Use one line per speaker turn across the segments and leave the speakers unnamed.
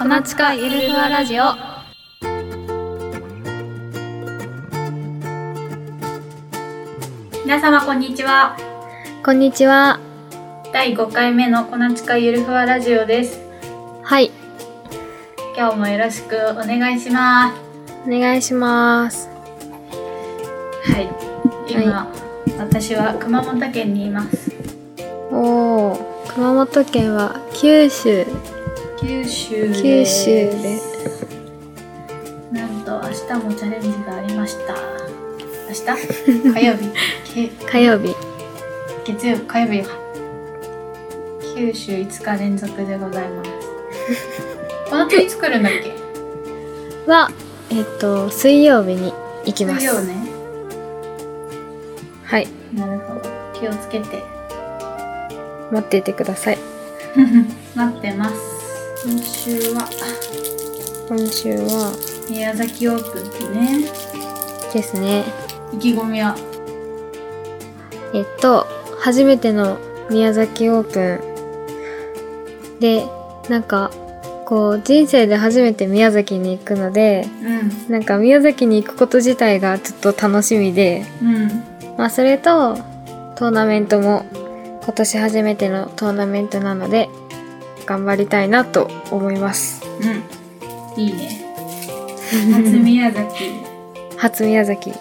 ナチカゆるふわラジオ
皆様こんにちは
こんにちは
第5回目のこなちかゆるふわラジオです
はい
今日もよろしくお願いしま
お願いします
すはい今、私は熊本県にいます
おお熊本県は九州
九州です
九州です
なんと明日もチャレンジがありました 明日火曜日け
火曜日
月曜日火曜日か九州5日連続でございます この次作るんだっけ
はえっと水曜日に行きます
水曜ね
はい
なるほど気をつけて
待っていてください
待ってます今週は
今週は
宮崎オープンってね
ですね
意気込みは
えっと初めての宮崎オープンでなんかこう人生で初めて宮崎に行くので
う
なんか宮崎に行くこと自体がちょっと楽しみで、
んうん
まあ、それとトーナメントも今年初めてのトーナメントなので頑張りたいなと思います
うんいいね初宮 崎
初宮崎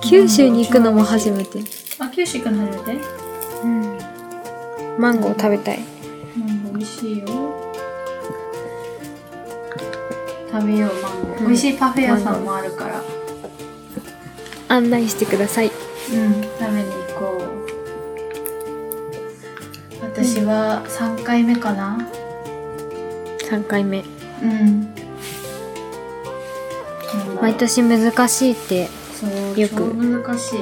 九州に行くのも初めて、
あ九州行くの初めて
うんマンゴー食べたい
マンゴー美味しいよ食べようマンゴー、美味しいパフェ屋さんもあるから
案内してください
うん、食べに行こう私は3回目かな
3回目
うん
毎年難しいって
そう
よ
よ
く
く難しい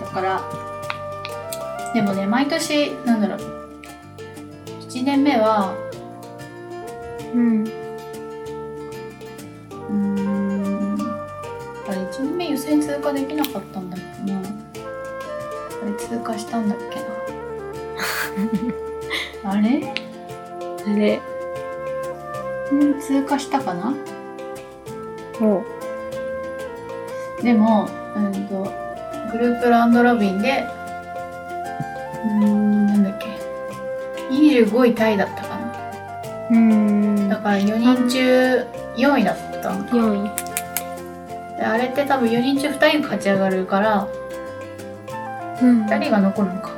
だからでもね毎年なんだろう1年目は
うん
うーんあれ1年目予選通過できなかったんだっけなあれ通過したんだっ けなあれ
あれ
うん通過したかな
を
でも、うん、とグループラウンドロビンでうーんなんだっけ25位タイだったかな
うん
だから4人中4位だったのか
4
であれって多分4人中2人が勝ち上がるから
位、うん、
2人が残るのか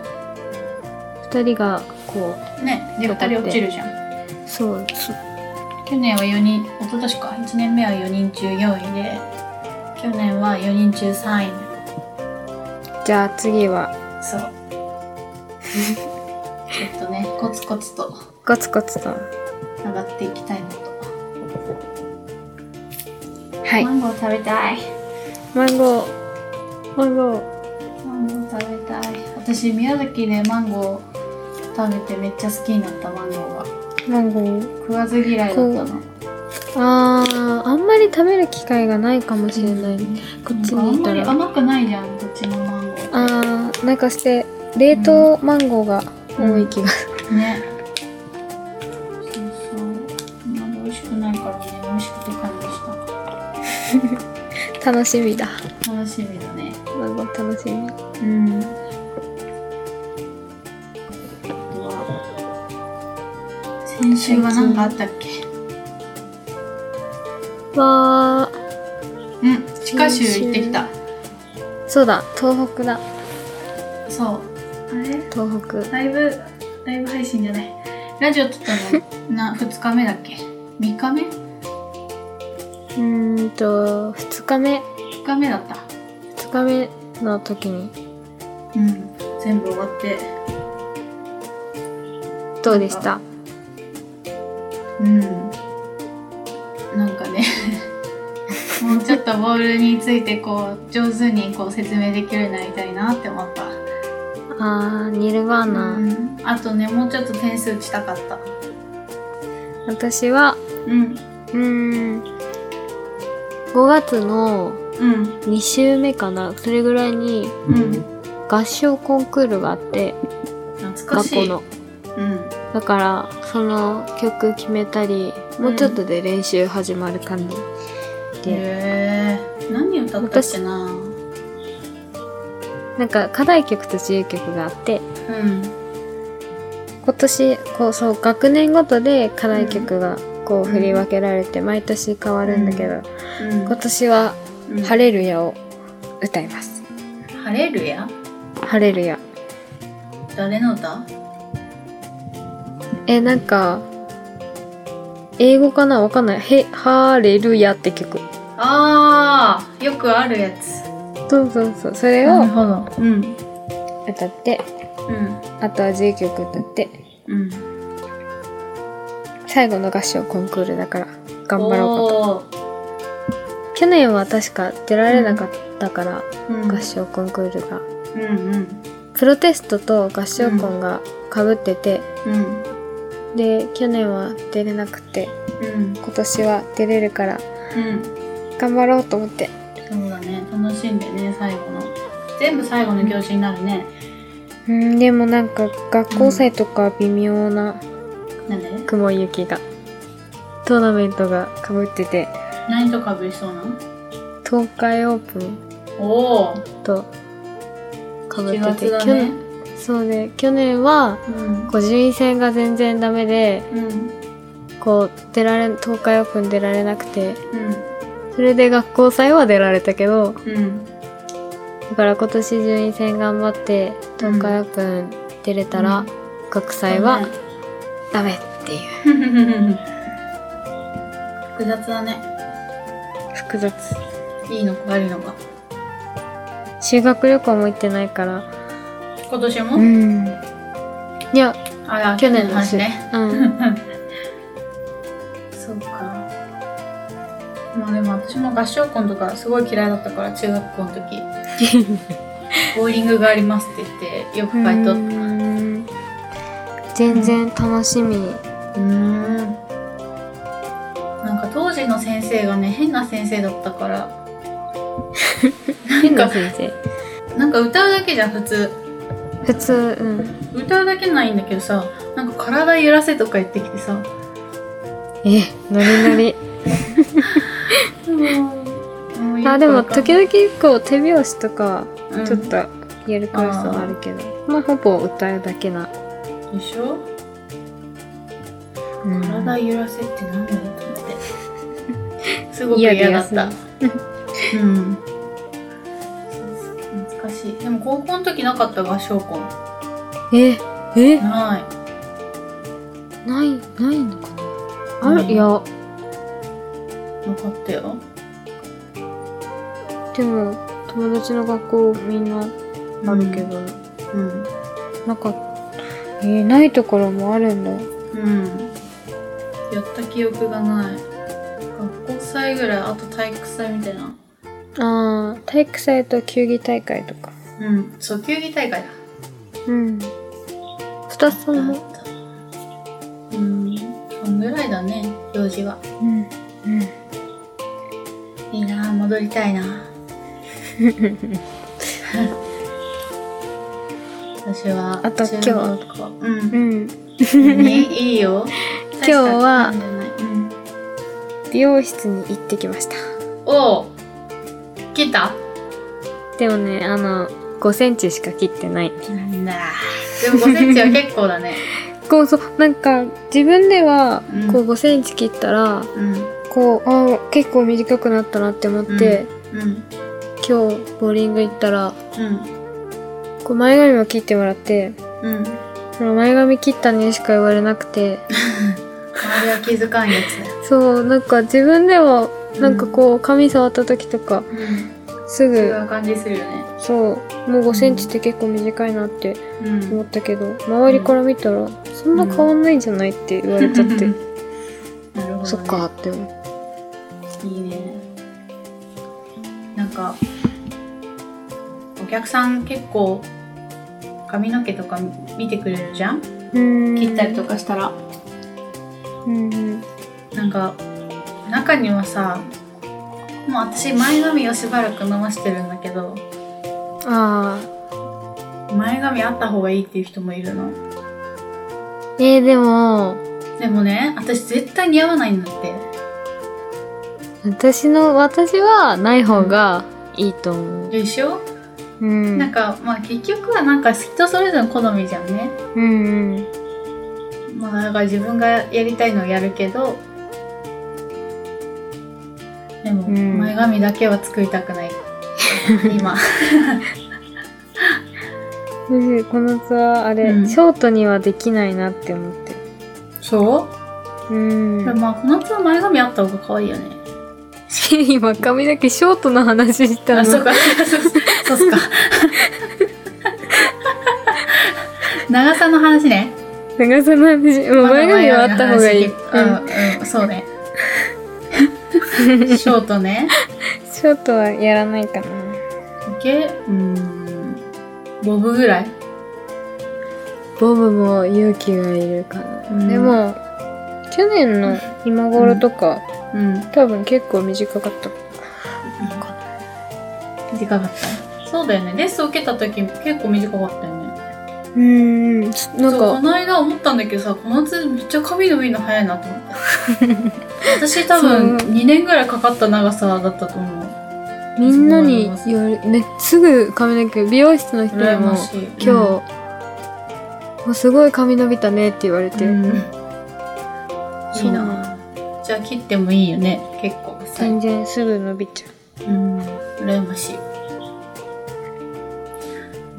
2人がこ
ねで
そう
2
だって
人落ちるじゃん
うそうそ
去年は4人一昨年か1年目は4人中4位で去年は4人中3位
じゃあ次は
そう ちょっとねコツコツと
コツコツと。
上がっていきたいなと
はい
マ。ンゴー食べたい
マンゴー。マンゴー。
マンゴー食べたい私宮崎でマンゴー食べてめっちゃ好きになったマンゴーが
マンゴー。
食わず嫌いだったの
あー、あんまり食べる機会がないかもしれない。こ
こ
っちに
あ
い
んま
た
り
ら。
甘くないじゃんこっちのマンゴー
あー、なんかして、冷凍マンゴーが多い気が。
ねそうそうまだ美味しくないからね美味しくて感じし
楽しみだ。
た楽しみだね
マンゴー楽しみ。
うんあとは先週は何かあったっけ
わー。
うん地下州行ってきた
そうだ、東北だ。
そうあれ
東北。
ライブ、ライブ配信じゃない。ラジオ撮った の、な、2日目だっけ ?3 日目 ?2
うーんと、2日目、
日目だった。
2日目の時に、
うん。全部終わって。
どうでした
うん。なんかね、 もうちょっとボールについてこう、上手にこう説明できるようになりたいなって思った。
あー、ニルバーナー。
うん。あとね、もうちょっと点数打ちたかった。
私は、
うん。
うーん5月の
うん。
2週目かなそれぐらいに
うん。
合唱コンクールがあって
懐か
学
し
校
い。
の
うん
だからその曲決めたりもうちょっとで練習始まる感じで、
へえ何歌ったっけな
なんか課題曲と自由曲があって
うん
今年こうそう学年ごとで課題曲がこう振り分けられて毎年変わるんだけど、今年は
うん
「ハレルヤ」を歌います
晴れるや
「ハレルヤ
誰の歌」
えなんか英語かなわかんない「へハレルヤ」って曲
ああよくあるやつ
そうそうそうそれを
ほどうん
歌って
うん
あとは自由曲歌って
うん
最後の合唱コンクールだから頑張ろうかと
ろ
去年は確か出られなかったから、
うとうん
合唱コンクールが
うんうん
プロテストと合唱コンがかぶってて、
うん
で去年は出れなくて
うん
今年は出れるから
うん
頑張ろうと思って
そうだね楽しんでね最後の全部最後の行事になるね
うんでもなんか学校祭とか微妙な
なんで
雲行きがトーナメントがかぶってて
何とかぶりそうな
東海オープン
おお
とかぶっ
7
て
月
て、
だ
去
ね
年そうで去年は
うん
こう順位戦が全然ダメで
うん
こう出られ東海オープン出られなくて
うん
それで学校祭は出られたけど
うん
だから今年順位戦頑張って東海オープン出れたら、
うん
学祭はダメっていう
そうね 複雑だね
複雑
いいのか悪いのか
修学旅行も行ってないから
今年も、
んいや
あら
去年の
話
話
ね
うん
そうかまあでも私も合唱コンとかすごい嫌いだったから中学 校の時ボーリングがありますって言ってよく書いとった
うん全然楽しみ
うーんなんか当時の先生がね変な先生だったから
変な先生
なんか歌うだけじゃん普通
普通うん
歌うだけないんだけどさなんか体揺らせとか言ってきてさ
えノリノリ
もうよくわかんない
あでも時々こう手拍子とか
うん
ちょっとやるからさあるけど、まあほぼ歌うだけな、
でしょ
うん
体揺らせってなんだろう と思ってすごく
嫌
嫌
で
だっ
休
た
む
うんそうそう懐かしいでも高校の時なかった合唱コン
ええ
ない
ないないのかなある、
うん
いや
なかったよ
でも友達の学校みんなあるけど、
うん
なんかえーないところもあるんだ
うんやった記憶がない学校祭ぐらいあと体育祭みたいな
あー体育祭と球技大会とか
うんそう球技大会だ
うん2つとも
うんそんぐらいだね行事は
うんうん
いいなあ戻り たいな私は
あと今日
中学校うん
うん
いいいいよ
今日は
大したことなんじゃないうん
美容室に行ってきました
おお来た
でもねあの5センチしか切ってない
なんだでも5センチは結構だ ね
こうそうなんか自分では
うん
こう5センチ切ったら、
うん
こうあー結構短くなったなって思って、
うん
今日ボーリング行ったら
うん
こう前髪を切ってもらって
うん
その前髪切ったねしか言われなくて
周りは気づかんやつだよ
そうなんか自分ではなんかこう髪触った時とか
うん
す
それ
ぐ
は感じするよね
そうもう5センチって結構短いなって
うん
思ったけど周りから見たらそんな変わんないんじゃないって言われちゃって、
なるほど、ね、
そっかって思う
いいねなんかお客さん結構髪の毛とか見てくれるじゃん
うん
切ったりとかしたら
うんうん
なんか中にはさもう私前髪をしばらく伸ばしてるんだけど
あ
前髪あった方がいいっていう人もいるの
あえー、でも、
でもね私絶対似合わないんだって
私の、私はない方がいいと思う。
でしょ、
うん。
なんかまあ結局はなんか人それぞれの好みじゃんね
うんうん。
まあだから自分がやりたいのをやるけどでも
うん
前髪だけは作りたくない、 今
むしろこのツアー、あれ、
うん
ショートにはできないなって思ってる。。
そううんまあこの人は前髪あった方が可愛いよね
今髪だけショートの話したの。
あ、 そうか。そうっすか。長さの話ね。
長さの話、もう前髪はあった方がいい。
まだ前髪の話うん、うん、そう ね。ショートね。
うんショートはやらないかな。
け、うん、ボブぐらい。
ボブも勇気がいるかな。
うん
でも、去年の今頃とか、
うん、
多分結構短かった。
短かった。そうだよね。レッスン受けた時結構短かったよね。
うん。なん
そうこ
か、
の間思ったんだけどさ、小松めっちゃ髪伸びるの早いなと思っ た。私多分
そう
2年ぐらいかかった長さだったと思う。
みんなによる、ね、すぐ髪の毛、美容室の人に
羨
も
ま、しい。
今日、もうすごい髪伸びたねって言われて、
うんい
そう
いなじゃあ切ってもいいよね結構さ
全然すぐ伸びちゃ
うん羨ましいう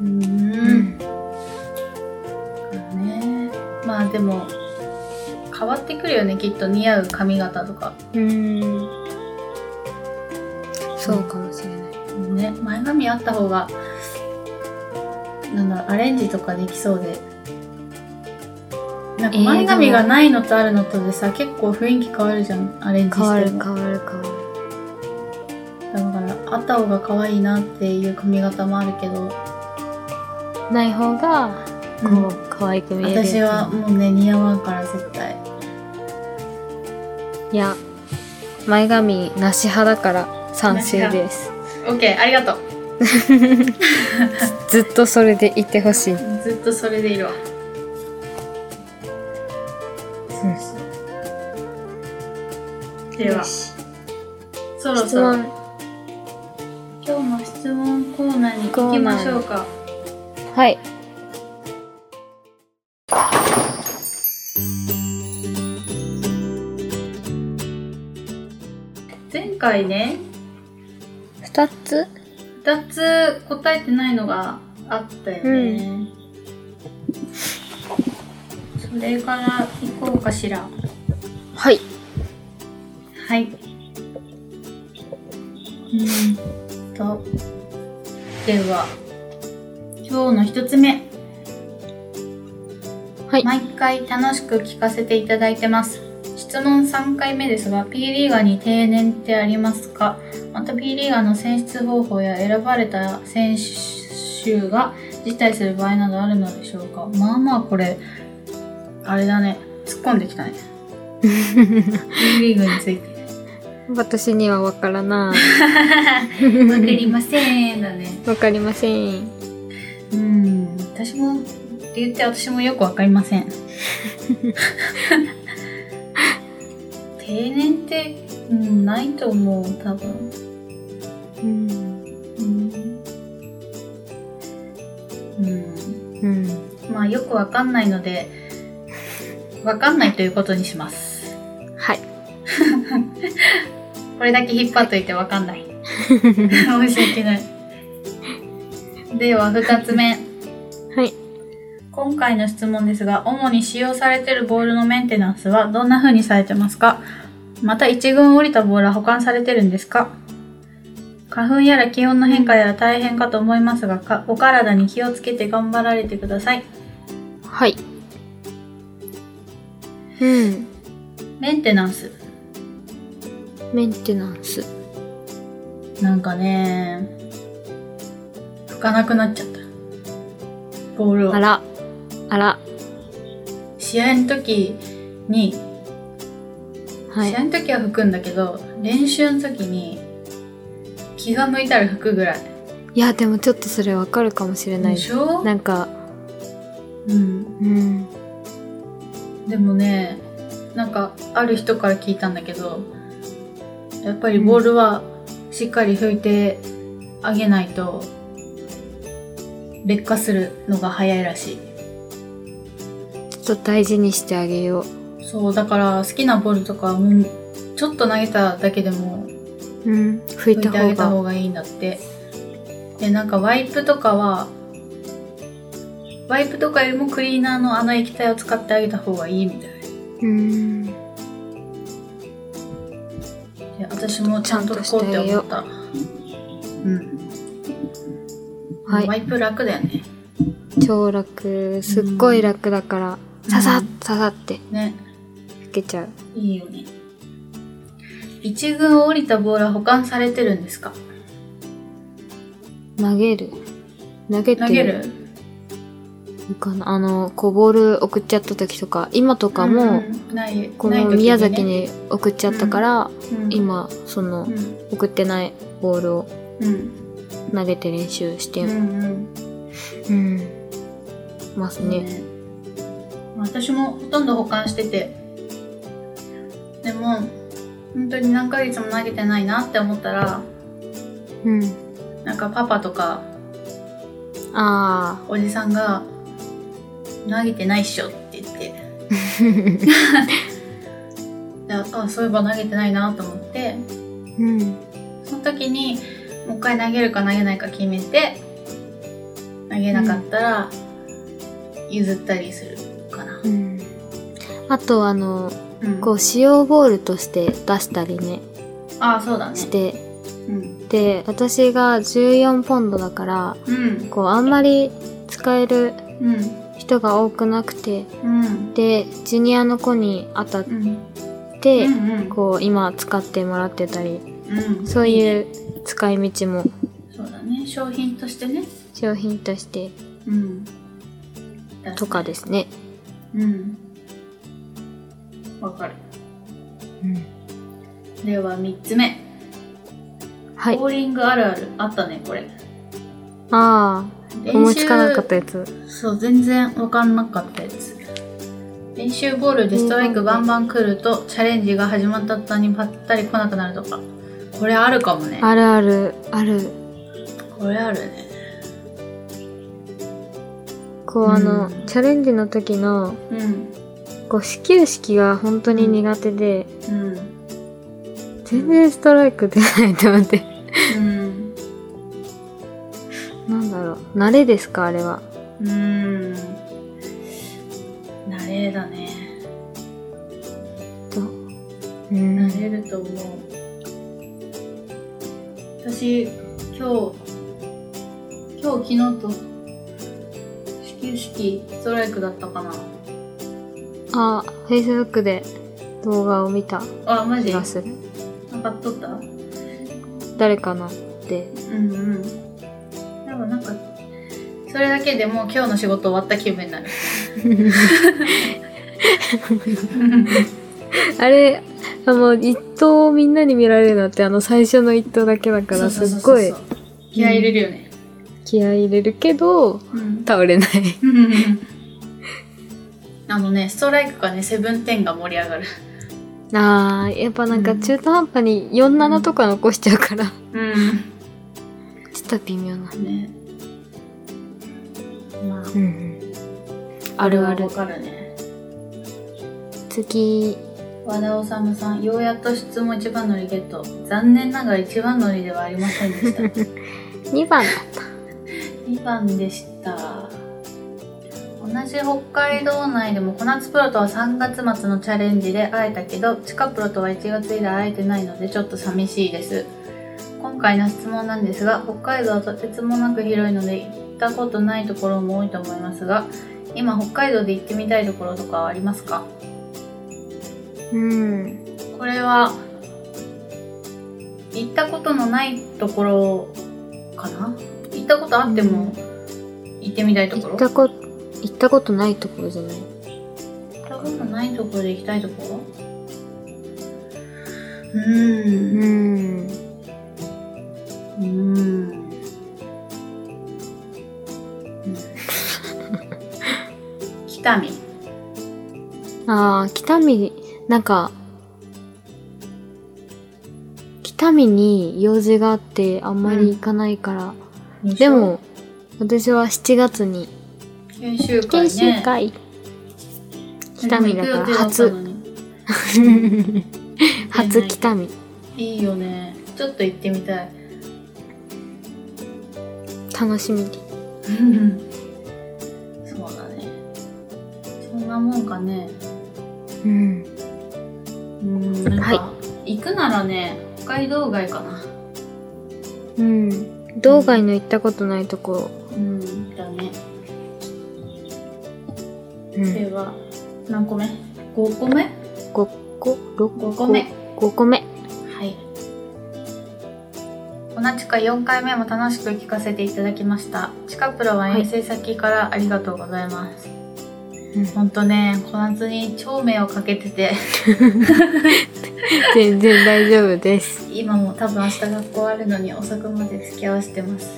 ー
う。
ん、ねまあでも変わってくるよねきっと似合う髪型とか
うん。そうかもしれない。
ね前髪あった方がなんだろうアレンジとかできそうでなんか
えー
前髪がないのとあるのとでさ、結構雰囲気変わるじゃんアレンジして
変
も
わる変わる変わる。
だからあった方が可愛いなっていう髪型もあるけど、
ない方が、こ
うん
う、可愛く見える。
私は。もうね似合わんから絶対
いや、前髪なし派だから賛成です。
OK ありがとう
ずっとそれでいてほしい。
ずっとそれでいるわでは
よし
そろ
質
そろ
問。
今日の質問コーナーに行きましょうか
はい。
前回ね
二つ
2つ答えてないのがあったよね、それから行こうかしら
はい。
はい。うんと、では、今日の一つ目。
はい
毎回楽しく聞かせていただいてます。質問3回目ですが、P リーガーに定年ってありますかまた P リーガーの選出方法や選ばれた選手が辞退する場合などあるのでしょうかまあまあこれ、あれだね。突っ込んできたね。P リーグについて。
私にはわからな
わ かりませんだね。
い。わかりません。
うん、私も、って言って私もよくわかりません。定年って、うん、ないと思う、多分。
うん。
うん。うん、
うん。
まあよくわかんないので、わかんないということにします。
はい。
これだけ引っ張っといてわかんない。申し訳ない。では、二つ目。
はい。
今回の質問ですが、主に使用されているボールのメンテナンスはどんな風にされてますかまた一軍降りたボールは保管されてるんですか花粉やら気温の変化やら大変かと思いますが、かお体に気をつけて頑張られてください。
はい。うん。
メンテナンス。
メンテナンス。
なんかね、拭かなくなっちゃった。ボールを
あ。ら。あら。
試合の時に、
は
試
い。
合の時は拭くんだけど、練習の時に気が向いたら拭くぐらい。
いや、でもちょっとそれわかるかもしれない
で。しょ
なんか、
うん、
うん。
でもねなんかある人から聞いたんだけどやっぱりボールはしっかり拭いてあげないと劣化するのが早いらしい
ちょっと大事にしてあげよう。
そうだから好きなボールとかはもうちょっと投げただけでも
うん。拭い
拭い
た
てあげ
方
た
が。
方がいいんだってでなんかワイプとかはワイプとかよりもクリーナーのあの液体を使ってあげた方がいいみたいな
うん。
で私もちゃんと拭こうって思ったうん、
はい
ワイプ楽だよね
超楽。すっごい楽だから、ささっ、ささって
ね
拭けちゃう。
いいよね一軍を降りたボールは保管されてるんですか
投げる。投げて
投げる
いいかなあの、こう、ボール送っちゃった時とか、今とか
うん
も、
うんない
こ
ない
の
時
宮崎に送っちゃったから、
うん
今、その
う、ん
送ってないボールを
うん
投げて練習し
う
て、
ん
うん、ます
うん
ね。
私もほとんど保管しててでも本当に何ヶ月も投げてないなって思ったら
うん。
なんかパパとか
あ
おじさんが「投げてないっしょ」って言 って
ー。
であそういえば投げてないなと思って
うん。
その時にもう一回投げるか投げないか決めて投げなかったら譲ったりするかな。
うん。あと、あの、
うん
こう、使用ボールとして出したりね、
ああそうだね。
して、
うん、
で、私が14ポンドだから、
うん、
こう、あんまり使える
うん、
人が多くなくて、
うん、
で、ジュニアの子に当たっ
うん、
て、
うん、
こう、今使ってもらってたり、
うん、
そう
う。
いう使い道も
そうだね。商品としてね。
商品として
うん。
とかですね。
うん。わかる。では三つ目。
はい。
ボーリングあるあるあったねこれ。
ああ、思いつかなかったやつ。
そう全然分かんなかったやつ練習ボールでストライクバンバン来るとチャレンジが始まった途端にぱったり来なくなるとかこれあるかもね
あるある、ある。
これあるね
こうあの、
うん
チャレンジの時の、
うん
こう始球式が本当に苦手で、
うん
全然ストライク出ないと思って。
うん
なんだろう。慣れですかあれは。
うん慣れだね
と。うん。
慣れると思う私今日今日昨日と始球式ストライクだったかな
あ、Facebook で動画を見た
あマジ
気がする。
なんか撮った
誰かなって。
うんうん。でもなんか、それだけでもう今日の仕事終わった気分になる。
あれ、あの、一投をみんなに見られるのってあの最初の一投だけだから
そう
す
そうそう
っご
そう
い。
気合い入れるよね。
気合い入れるけど、
うん。
倒れない。
あのね、ストライクかね、セブンテンが盛り上がる。
あー、やっぱなんか中途半端に47とか残しちゃうから、
う
ちょっと微妙な。
ん。ね。まあ、
うん。ある
これ
あ
は
る
わ。かるね。
次、
和田修さん、ようやっと質問一番乗りゲット。残念ながら一番乗りではありませんでした。
2番だ
2番でした同じ北海道内でも小夏プロとは3月末のチャレンジで会えたけど地下プロとは1月以来会えてないのでちょっと寂しいです今回の質問なんですが北海道はとてつもなく広いので行ったことないところも多いと思いますが今北海道で行ってみたいところとかはありますか
うん。
これは行ったことのないところかな行ったことあっても行ってみたいとこ
行
ろ
ったこ、行ったことないところじゃない。
行ったことないところで行きたいところうーんう
うん。
ーんうん北見
ああ、北見、なんか、北見に用事があってあんまり行かないから。 でも、私は7月に、
研修会
研
ね
修会。北見だから
初
初、 初北見。
いいよねちょっと行ってみたい
楽しみ。
そうだねそんなもんかね
うん。
うんなんか、
は
行くならね北海道外かな
うん。道外の行ったことないところ。
うんだね
う
で
ん。
は何個目 ?5 個目
5個 ?6
5個目は。
5個目。
い同じか4回目も楽しく聞かせていただきましたチカプロは遠征先からありがとうございます、
うん
ほんとね小夏に超迷をかけてて
全然大丈夫です。
今も多分明日学校あるのに遅くまで付き合わせてます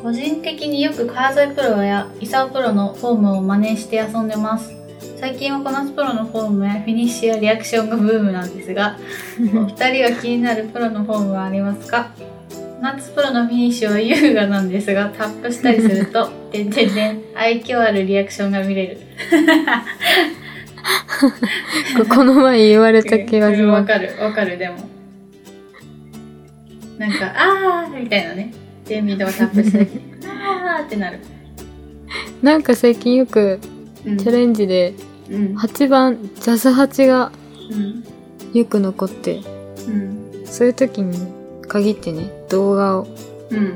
個人的によく川添プロや伊沢プロのフォームを真似して遊んでます最近はこのスプロのフォームやフィニッシュやリアクションがブームなんですがお二人が気になるプロのフォームはありますか夏プロのフィニッシュは優雅なんですがタップしたりすると 「てんてんてん愛嬌あるリアクションが見れる」
この前言われた気がし
わ
ます。
かるわかるでもなんか「あー」みたいなねでミドがタップして「あー」ってなる、
なんか最近よく
うん、
チャレンジで
うん
8番、ジャス8が
うん
よく残って、
うん
そういう時に限ってね、動画を
うん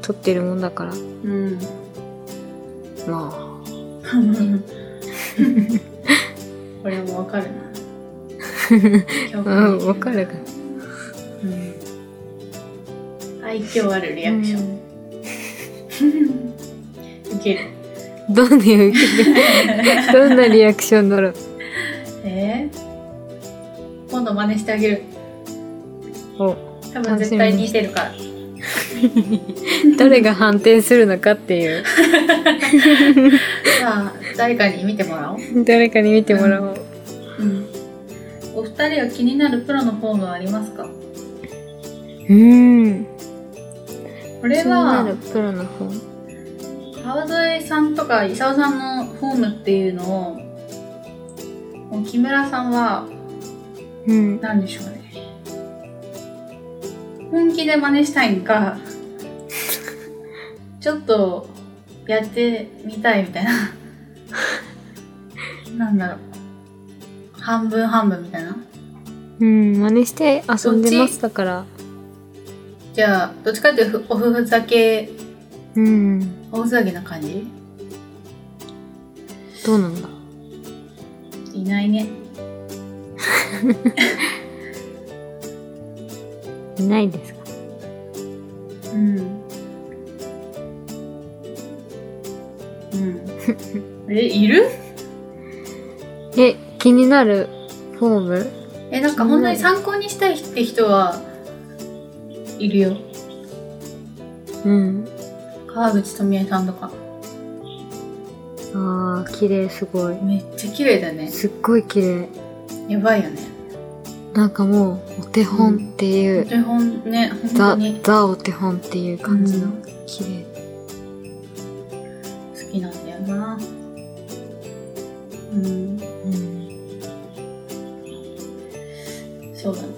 撮ってるもんだから、
うん
ま
これもわかるな共
あ、う
感でき
ん、わかるか。
愛嬌あるリアクション、 ウケる
どんな受けるどんなリアクションだろう。
えー、今度真似してあげる
お
多分絶対似てるから
誰が判定するのかっていう。
じゃあ誰かに見てもらおう、
誰かに見てもらおう。
お二人は気になるプロのフォームはありますか
うん。
これ
気になる
は
プロの方。
川添さんとか伊沢さんのフォームっていうのをもう木村さんは
うん。
何でしょうね本気で真似したいんかちょっとやってみたいみたいななんだろう半分半分みたいな
うん、真似して遊んでますだから。
じゃあどっちかっていうとおふざけ
うん。
おふざけな感じ
どうなんだ。
いないね
いないですか。
うんうん えいる
え、気になるフォーム
えなんか本当に参考にしたいって人はいるよ
うん。
川口智恵さんとか
ああ、綺麗すごい。
めっちゃ綺麗だね
すっごい綺麗。
やばいよね
なんかもう、お手本っていう、
手本ね本当
ザ
に、
ザお手本っていう感じの
うん
綺麗。
好きなんだよなうん
うん。
そうだね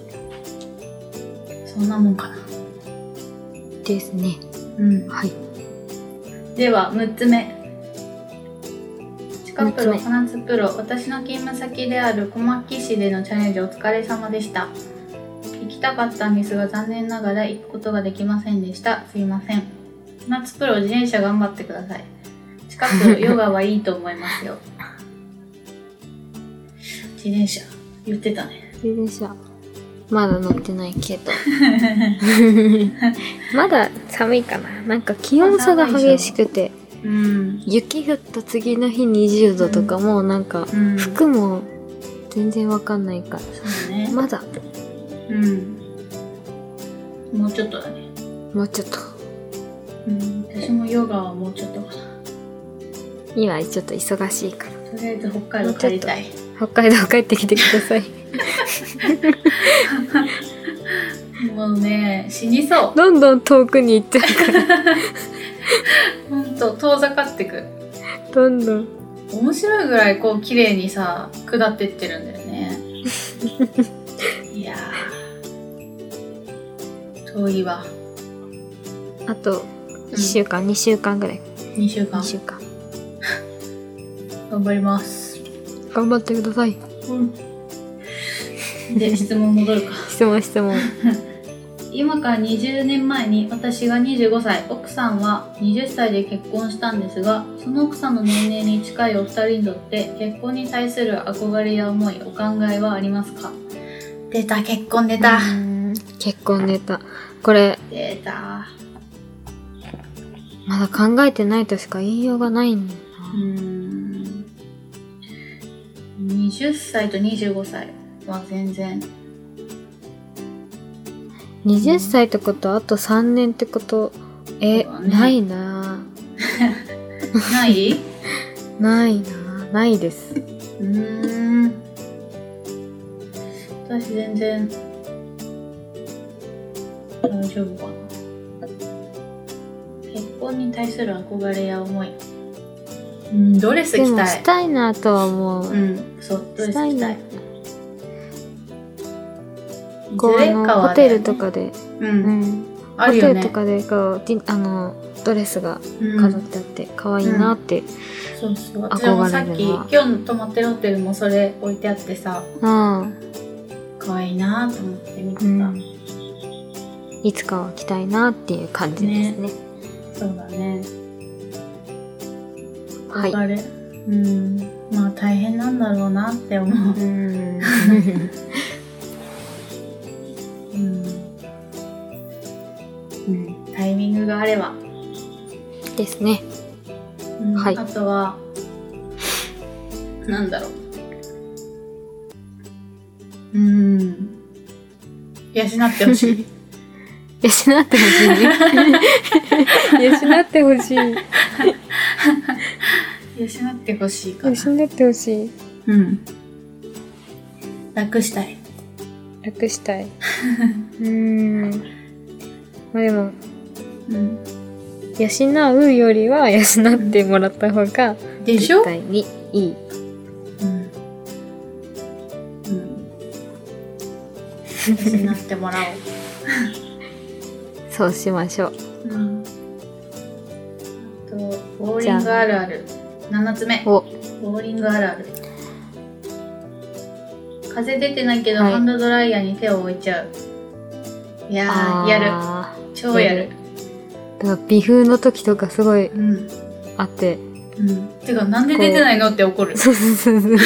そんなもんかな
ですね。
うん
はい。
では6つ目近プロ
六つ
小夏プロ私の勤務先である小牧市でのチャレンジお疲れ様でした行きたかったんですが残念ながら行くことができませんでしたすいません小夏プロ自転車頑張ってください近くのヨガはいいと思います よ自転車言ってたね
自転車。まだ乗ってないけ ど。まだ寒いかな。なんか気温差が激しくて、
うん
雪降った次の日20度とかもうなんか、
うんそ
服も全然わかんないか
うだね
ら。まだ、
うんもうちょっとだね
もうちょっと。
うん私もヨガはもうちょっとかな
今ちょっと忙しいか
と
ら
りあえず北海道帰りたい。
北海道帰ってきてくだ さい
もうね、死にそ
どんどん遠くに行っちゃうから
う。ほんと、遠ざかってく。
どんどん
面白いぐらいこう綺麗にさ、下ってってるんだよね。いやー。遠いわ。
あと1週間、2週間ぐらい
2週間
2。週間
頑張ります。
頑張ってください
うん。で、質問戻るか。
質問質問
今から20年前に私が25歳奥さんは20歳で結婚したんですがその奥さんの年齢に近いお二人にとって結婚に対する憧れや思いお考えはありますか出た結婚出
うーん結婚ネタこれ
出た
まだ考えてないとしか言いようがないんだ
うーん20歳と25歳は全然
な20歳ってことあと3年ってことえ、
そうだね
ないな
ないう
ぁないなぁないです
ーん私全然大丈夫かな結婚に対する憧れや思いうんドレス
で
着
も
たい
したいなとは思う、
うんそうドレス着
した
たい
い
ず
な
れ
こうあ
か
の
は
ホテルとかで、
う
うんん、
あるよ
ホテルと
ね
かでこうじあのドレスが
う
飾っ
ん
てあって可愛いなって、
そうそう私もさっ
憧れ
き
る
今
な
日泊まってるホテルもそれ置いてあってさ
うん
可愛いなと思って見てた、
うんいつかは着たいなっていう感じですね
そうだね
はい
憧れ、うんまあ大変なんだろうなって思う
う、ん
うんうん、タイミングがあれば、
ですね
うん
はい
あとはなんだろううん養ってほ しい
養ってほしいね養ってほしい
養ってほしいかな、
養ってほしい
うん、楽したい
楽した いうんまあでも
うん
養うよりは養ってもらった方が
でしょ
絶、対にいい
うん うん、養ってもらおう
そうしましょう
うんあと、ボーリングあるある。7つ目、
お
ボーリングあるある。風出てないけど、
はい
ハンドドライヤーに手を置いちゃう。いやー、
ー
やる。超やる。
だから微風の時とかすごい
うん。
あって
うん。てか、なんで出てないのって 怒る。
そうそうそうそう
で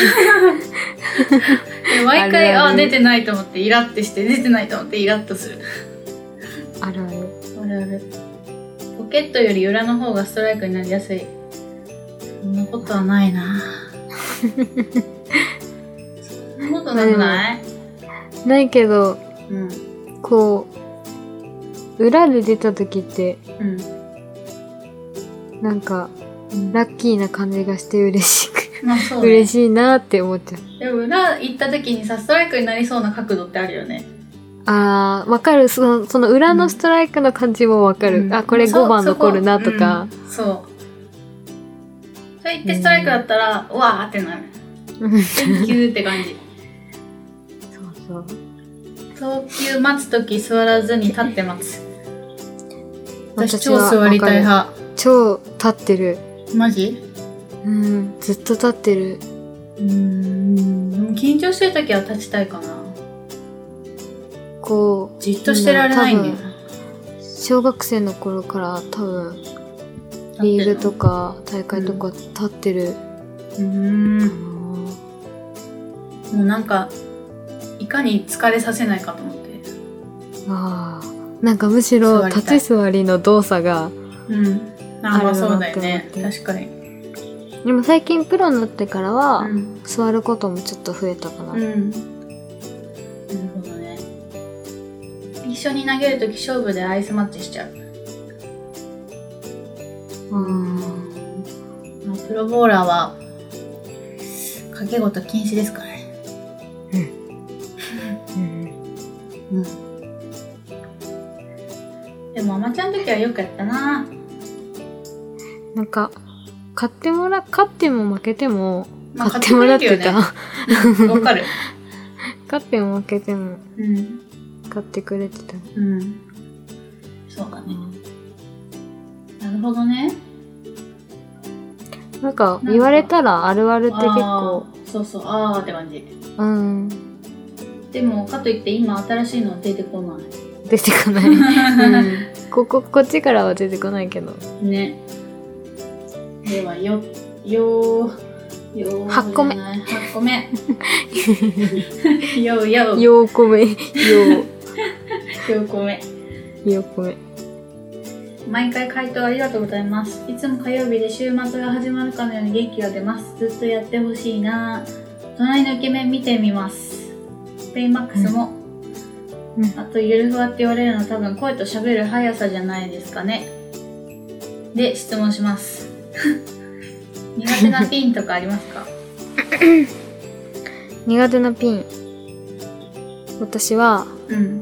毎回、
あ
あ
るある
ー出てないと思って、イラってして、出てないと思って、イラっとする。
あるある
あるある。ポケットより裏の方がストライクになりやすい。そんなことはないな。そんなことなくない？
ないけど
うん
こう裏で出た時って
うん
なんか
うん。
ラッキーな感じがして嬉しく、
まあそう、ね
嬉。しいなって思っちゃう
でも裏行った時にさストライクになりそうな角度ってあるよね。
あーわかるそのその裏のストライクの感じもわかる、
うん
あこれ
そ
5番
そこ
残るなとか
うんそう。そう言ってストライクだったら、うわーってなる。
うんそ
キューって感じ。
うそう
投球待つ時座らずに立って待つ。私
私
超
は
座りたい
わか
派。
る超立ってる
マジ？
うんずっと立ってる
うーんでも緊張してる時は立ちたいかな
こう
じっとしてられないんだよな
小学生の頃から多分
立ってるの
リーグとか大会とか立ってる
うーん
かな、
もうなんかいかに疲れさせないかと思って
あーなんかむしろ
座りたい
立ち座りの動作が
うんあま
あ
あ
るな
そうだよね
って思って
確かに
でも最近プロになってからは、
うん、
座ることもちょっと増えたかな、
うん、なるほどね一緒に投げる時勝負でアイスマッチしちゃう
うん
あプロボーラーは掛け事禁止ですからね
うん
うんでもアマちゃんの時はよくやったな
なんか、買ってもら、勝っても負けても、
まあ
買ってもらってた。
わ かる
勝っても負けても、
うん
買ってくれてた。
うんそうだねなるほどね
なんか、言われたらあるあるって結構
あ、ーそうそうああって感じ
うん、
でもかといって今新しいの出てこない
出てこない。うんここ、こっちからは出てこないけど。
ね。では、よ、よー、よー、
八個目
8個 目。よー、よー、よ
ようこめ、 よ
ー個目。
う、ようこめ。
毎回回答ありがとうございます。いつも火曜日で週末が始まるかのように元気が出ます。ずっとやってほしいな隣のイケメン見てみます。ペイマックスも。
うんうん
あと、ゆるふわって言われるのは多分声と喋る速さじゃないですかね。で、質問し ます。苦手なピンとかありますか
苦手なピン。私は、
うん。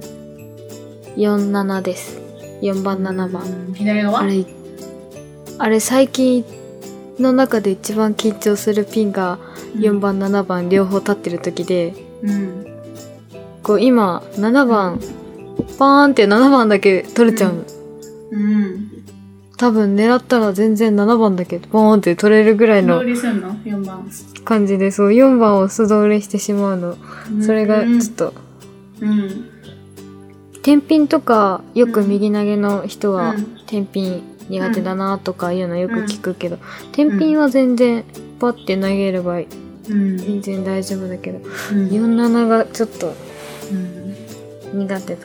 47です。4番、7番。
うん左側
あれ、あれ最近の中で一番緊張するピンが4。番、7番両方立ってる時で、
うん。
こう今、7番、パーンって7番だけ取れちゃうの。
うん。
多分狙ったら全然7番だけポーンって取れるぐらい
素
の
通りすんの ?4 番。
感じで、そう4番を素通りしてしまうの。それが
うん
ちょっと、
うん。
天品とかよく右投げの人は
うん
天品苦手だなとかいうのよく聞くけど、天品は全然パッて投げれば
うん。
全然大丈夫だけど、
うん。
47がちょっと
うん
苦手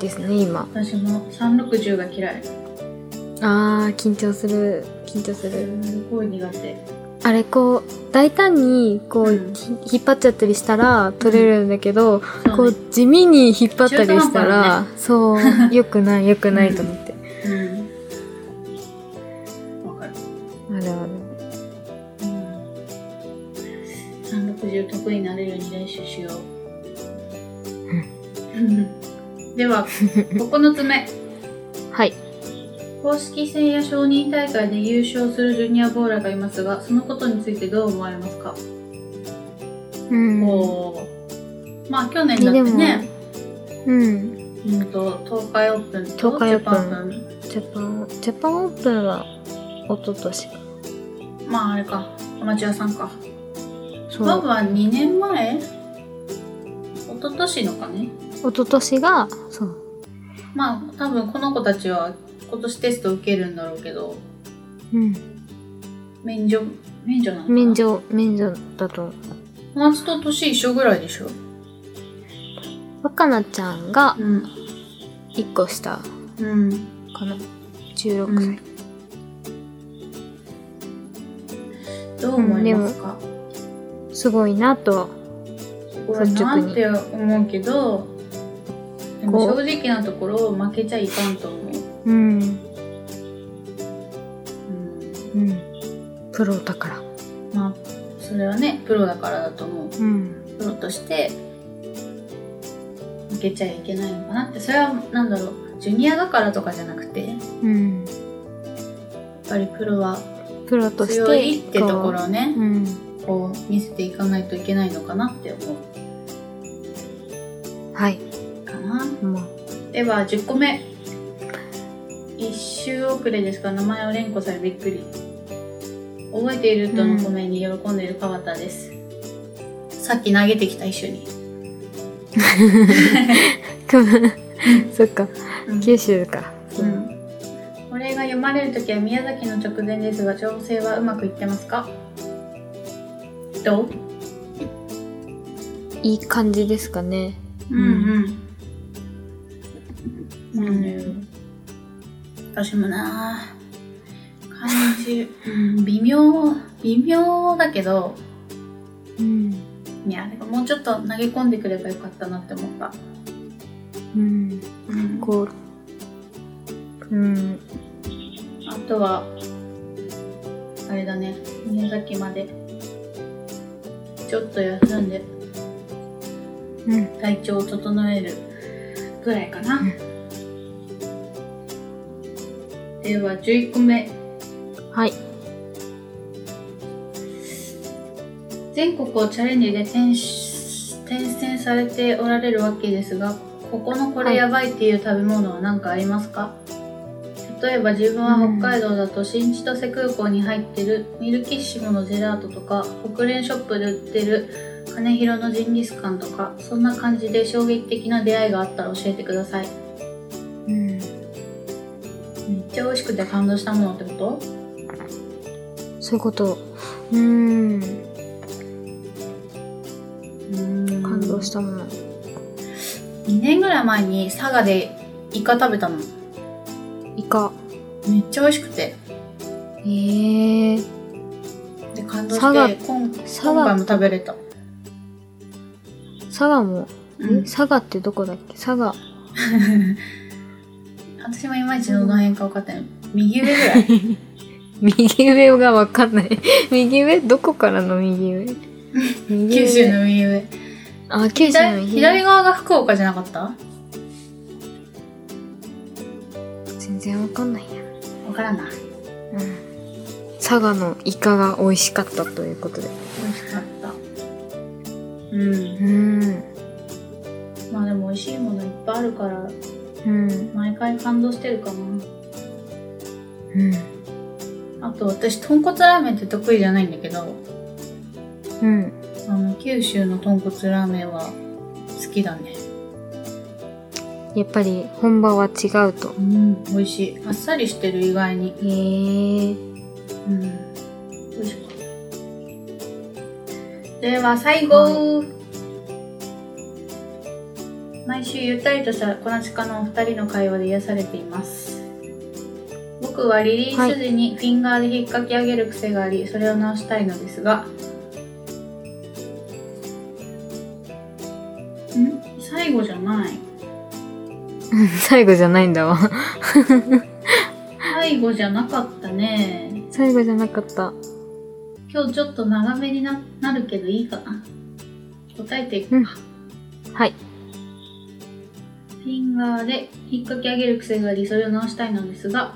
ですね、今。
私も360が嫌い。
あー、緊張する、緊張する。
すごい苦手。
あれ、こう、大胆に、こう、
うん
ひ引っ張っちゃったりしたら取れるんだけど、こ
そう
う
ね、
地味に引っ張ったりしたら、そう、良くない、 良くないと思っ
う
て。
ん。わかる。
あるある。
うん。360得意になれるように練習しよう。 では、9つ目。
はい。
公式戦や承認大会で優勝するジュニアボーラーがいますが、そのことについてどう思われますか、
うん。
おーまあ去年だってね、
うん。
うんと東海オープンと
東海オープン
ジャパンオープ
ジャパン、ジャパンオープンは、一昨年か。
ンまああれか、アマチュアさんか。
そ
バブ
う。
は2年前一昨年のかね。
一昨年が、そう。
まあ多分この子たちは今年テスト受けるんだろうけど、
うん。
免除、免除なのかな
免。除、免除だと思う。
夏と年一緒ぐらいでしょ
若菜ちゃんが
うん。
1個下
うん。
かな16
う
歳、
んどう思いますか、
すごいなとは
これなんて思うけどでも
こう
正直なところ負けちゃいかんと思う、
うん
うん、
うんプロだから
まあそれはねプロだからだと思う
うん
プロとして負けちゃいけないのかなってそれはなんだろうジュニアだからとかじゃなくてやっ
うん
ぱりプロは
プロとして
強いってところをね
う、ん
こう見せていかないといけないのかなって思
はいう
かな
も
では10個目一周遅れですが名前を連呼されびっくり覚えているとのコメに喜んでいる川田です、さっき投げてきた一緒に、
う そっか
うん
九州か
うんこれが読まれるときは宮崎の直前ですが調整はうまくいってますかどう
いい感じですかね
うんうん、
うん
私もなあ感じ、うん、微妙微妙だけど
うん
いやでももうちょっと投げ込んでくればよかったなって思った、
うん
うん
こううん
あとはあれだね宮崎までちょっと休んで
うん。
体調を整えるぐらいかな、では11個目
はい。
全国をチャレンジで転し転戦されておられるわけですがここのこれやばいっていう食べ物は何かありますか、例えば自分は北海道だと新千歳空港に入ってるミルキッシモのジェラートとか国連ショップで売ってる金広のジンギスカンとかそんな感じで衝撃的な出会いがあったら教えてください
うん。
めっちゃ美味しくて感動したものってこと
そういうこと。うーん。
感
感動したもの。
2年ぐらい前に佐賀でイカ食べたの
イカ。
めっちゃ美味しくて
えー。
で感動
佐賀
して今
佐
今回
賀
も、食べれた、
佐賀も、
うん
え、佐賀ってどこだっけ佐賀。
私もいまいちどの辺か分かってない右上ぐらい
右上がわかんない。 右上どこからの右上 右上
九州。の右上
あ、九州の
左
右上。
左側が福岡じゃなかった
全然わかんないや。
分からない
うん。佐賀のイカが美味しかったということで。
美味しかったうん
うん。
まあでも美味しいものいっぱいあるから
うん。
毎回感動してるか
うん。
なあと私豚骨ラーメンって得意じゃないんだけど
うん。
あの九州の豚骨ラーメンは好きだね
やっぱり本場は違うと。
うん美味しいあっさりしてる意外に
へえ ー。
うん美味しかったでは最後、毎週ゆったりとしたこなちかのお二人の会話で癒されています僕はリリース時にフィンガーで引っ掛き上げる癖があり、それを直したいのですがん最後じゃない
最後じゃないんだわ。
最後じゃなかったね
最後じゃなかった。
今日ちょっと長めにななるけどいいかな答えていく、
うんはい。
フィンガーで引っ掛き上げる癖がありそれを直したいのですが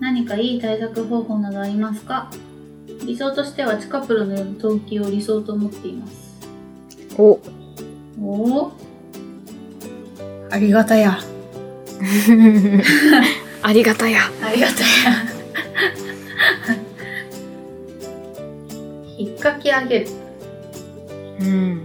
何かいい対策方法などありますか理想としては地下プロのような投球を理想と思っています
お。
おおありがたや
ありがたや。
ありがたや引っ掛き上げる
うん。
うん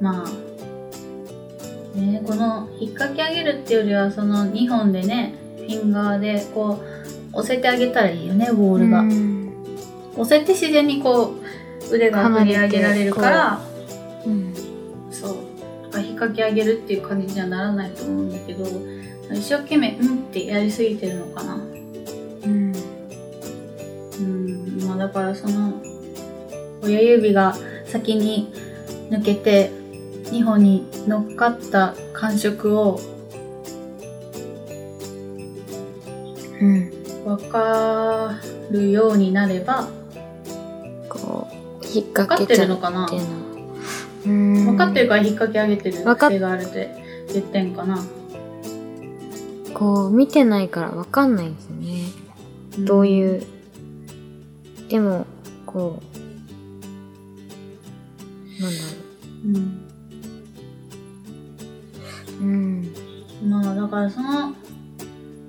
まあ、ね、この引っ掛け上げるっていうよりはその2本でねフィンガーでこう押せてあげたらいいよねボールが、
うん。
押せて自然にこう腕が振り上げられるから
うん。
そうだから引っ掛け上げるっていう感じにはならないと思うんだけど一生懸命うんってやりすぎてるのかな
うん。
うんまあだからその親指が先に抜けて2本に乗っかった感触を
うん。
分かるようになれば
こう、引っ
分か
掛
っ
け
て
ちゃ
る
う
の
っ
かな
ていうのは。
分かってる
か
から引っ掛け上げてる
わかっ
癖があるって言ってんかな
こう、見てないからわかんないんですよね。どう
うん
いう。でも、こう、なんだ
うん
ろう。うん。
まあだからその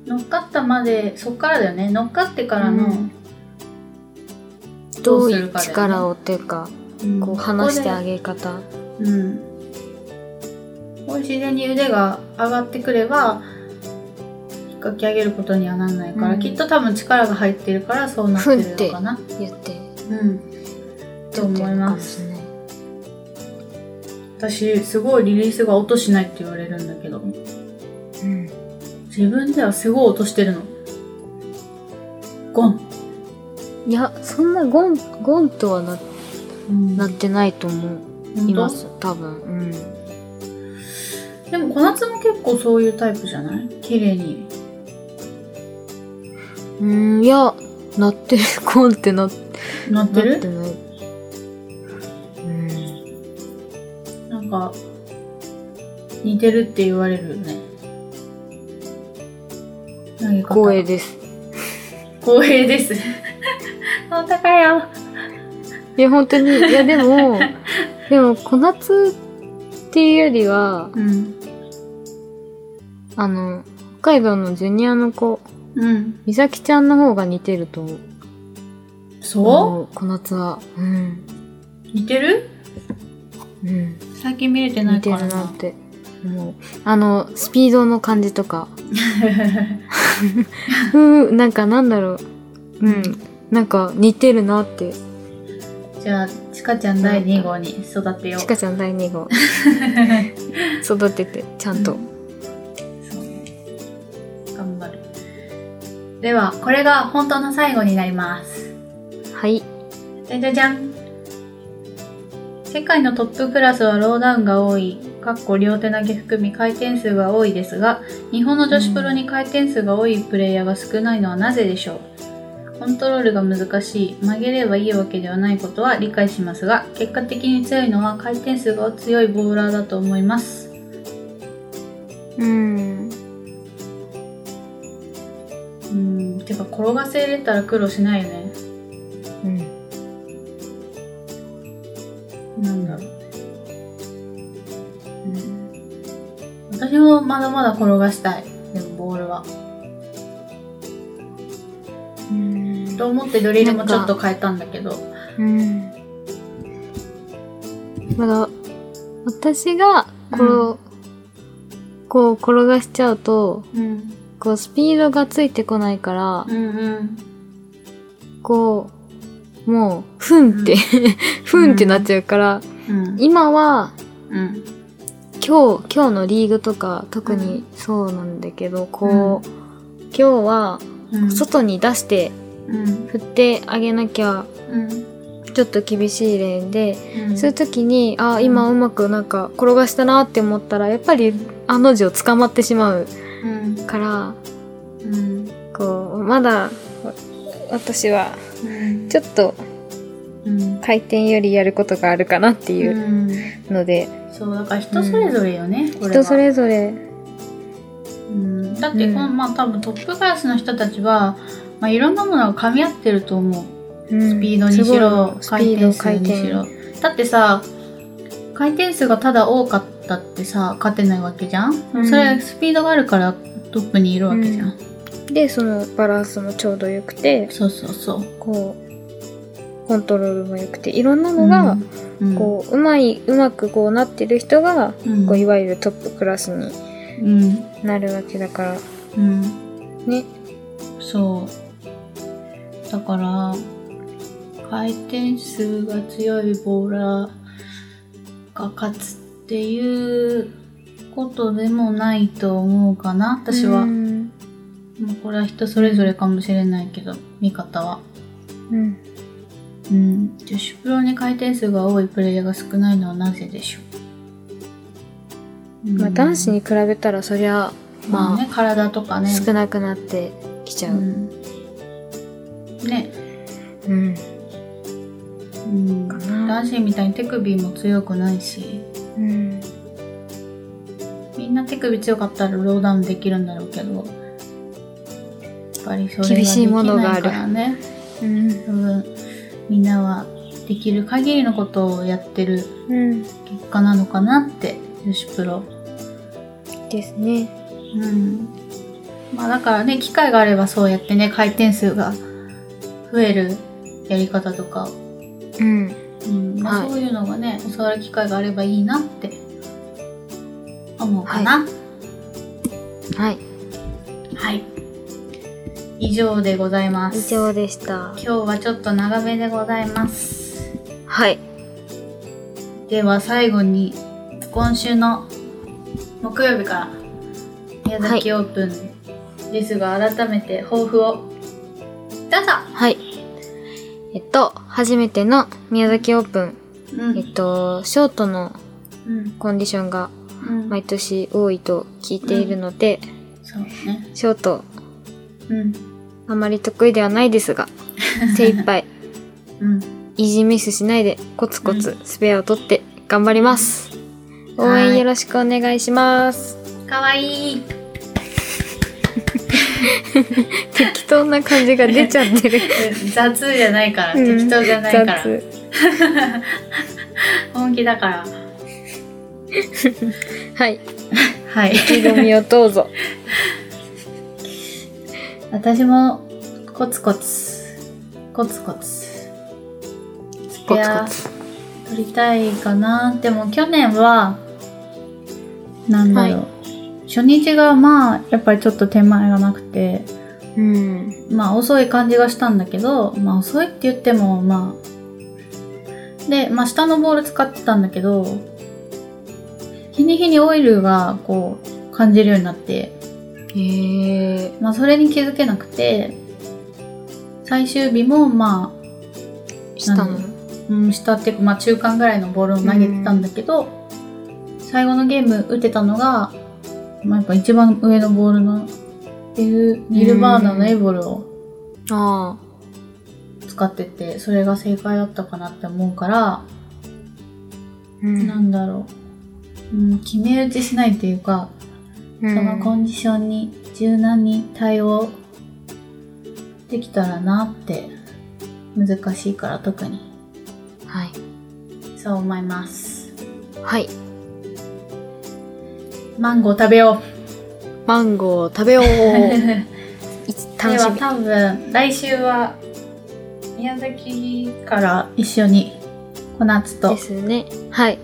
乗っかったまでそっからだよね乗っかってからの、
うんどういう
するかだ
力
よね
をっていうか、
うん
こう、話し
こ
て
こで
あげ方。
うん。こう自然に腕が上がってくれば、引っ掛き上げることにはなんないから、
うん
きっと多分力が入ってるからそうなってるのかな。
言って、
うん。と思います。
すね。
私、すごいリリースが音しないって言われるんだけど、
うん。
自分ではすごい音してるの。ゴン。
いや、そんなゴン、ゴンとはな
うん
なってないと思
本当
います。多分。うん。
でも小夏も結構そういうタイプじゃない綺麗に。
ううん、いや、なってる、コーンってなって
なって
な
る
ってない。
なんか、似てるって言われるよね。投げ方
光栄。です。
光栄 です。本当かよ。
いや、本当に、いや、でも、でも、小夏っていうよりは、
うん。
あの、北海道のジュニアの子、
うん。
美咲ちゃんの方が似てると思う。
そ
こう小夏は。うん。
う似てる
うん。
最近見れてな
似
いか
て
ら
る
な。
なって。もう、あの、スピードの感じとか、うー、なんかなんだろう。うん。なんか似てるなって。
じゃあ、ちかちゃん第2号に育てよう。
ちかちゃん第2号。 育てて、ちゃんと。
そうね頑張る。では、これが本当の最後になります。
はい。
じゃじゃじゃん世界のトップクラスはローダウンが多い、かっこ両手投げ含み回転数が多いですが、日本の女子プロに回転数が多いプレイヤーが少ないのはなぜでしょうコントロールが難しい、曲げればいいわけではないことは理解しますが、結果的に強いのは回転数が強いボーラーだと思います。
うん。
うん、てか転がせれたら苦労しないよね。
うん。
なんだろう。うん、私もまだまだ転がしたい。でもボールは。
うん
と思ってドリルもちょっと変えたんだけど。
うん。まだ、私が、こう、こう転がしちゃうと、
うん。
こうスピードがついてこないか
う
ら、
んうん。
こう、もう、ふんって、ふんってなっちゃうから、
うん。
今は、
うん。
今日、今日のリーグとか、特にそうなんだけど、こう、今日は、
うん。
外に出して、
うん。
振ってあげなきゃ、
うん。
ちょっと厳しいレーンで、
うん。
そういう時に、あ、今うまくなんか転がしたなって思ったら、やっぱりあの字を捕まってしまう
うん。
から、
うん。
こう、まだ、私は、
うん。
ちょっと
うん。
回転よりやることがあるかなっていう
うん。
ので、
そう、だから人それぞれよね、これは。
人それぞれ、
うん。だって、この
うん
まあ多分トップクラスの人たちは、まあいろんなものが噛み合ってると思う。スピードにしろ、
すご
回
い
転
の
数にしろ。だってさ、回転数がただ多かったってさ、勝てないわけじゃん、
うん
それスピードがあるからトップにいるわけじゃん。
でそのバランスもちょうどよくて
そうそうそう。
こうコントロールもよくていろんなのが、
うん、
こううまいうまくこうなってる人が、
うん、
こういわゆるトップクラスに
うん、
なるわけだから
うん、
ね。
そう。だから、回転数が強いボーラーが勝つっていうことでもないと思うかな、私は。
うん
まあ、これは人それぞれかもしれないけど見方は、
うん
うん、女子プロに回転数が多いプレイヤーが少ないのはなぜでしょう、うん
まあ、男子に比べたらそりゃまあ
まあね体とかね
少なくなってきちゃ
う
う、
んね、
うん
うん、
かな
男子みたいに手首も強くないし
うん
みんな手首強かったらローダウンできるんだろうけどやっぱりそれがで
厳しい
き
もの
な
が
い
ある
からね
うん
多分みんなはできる限りのことをやってる
うん
結果なのかなって女子プロ
ですね
うんまあだからね機会があればそうやってね回転数が増えるやり方とか、
うん
うんまあ
はい
そういうのがね教わる機会があればいいなって思うかな
はい
はい、以上でございま
以
す
上でした
今日はちょっと長めでございます
はい
では最後に今週の木曜日から宮崎オープンですが、改めて抱負をどうぞ
はい。えっと、初めての宮崎オープン。
う
えっと、ショートの
うん
コンディションが
うん
毎年多いと聞いているので、
そうね
ショート
うん
あまり得意ではないです が、精一杯、
うん。
イージーミスしないで、コツコツスペアを取って頑張ります。応援よろしくお願いします。
かわい い。
適当な感じが出ちゃってる。
雑じゃないから、
うん
適当じゃないから。
雑
本気だから。
はい。
はい。
意気込みをどうぞ。
私もコツコツコツコツス
コ
ペ
ツ
ア
コツ。
取りたいかなでも去年はなんだろう、
は
初日がまあやっぱりちょっと手前がなくて
うん。
まあ遅い感じがしたんだけどまあ遅いって言ってもまあでまあ下のボール使ってたんだけど日に日にオイルがこう感じるようになって
へえ。
まあ、それに気づけなくて最終日もまあ、
したの
な。うん、下っていうか、まあ、中間ぐらいのボールを投げてたんだけど、最後のゲーム打てたのが、まあ、やっぱ一番上のボールのっていうニルバーナのエボルを
あ
使っててそれが正解だったかなって思うから、
あ。
なんだろう、うん、決め打ちしないというか、
うん
そのコンディションに柔軟に対応できたらなって難しいから特に
はい。
そう思います
はい。
マンゴー食べ よ
マンゴーを食 べよう。
う
いつ
で
楽し
は
み。
多分来週は宮崎から一緒に小夏と
ですね。はい。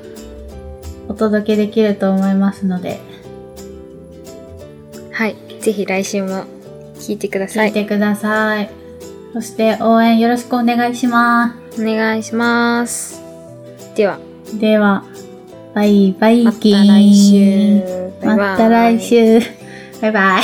お届けできると思いますので
はい。ぜひ来週も聞いてくださ
聞い
い。
てください、そして応援よろしくお願いしま
お願いします。では、
すではバイバイ
また来週。バイバイ
また来。週。バイバイ。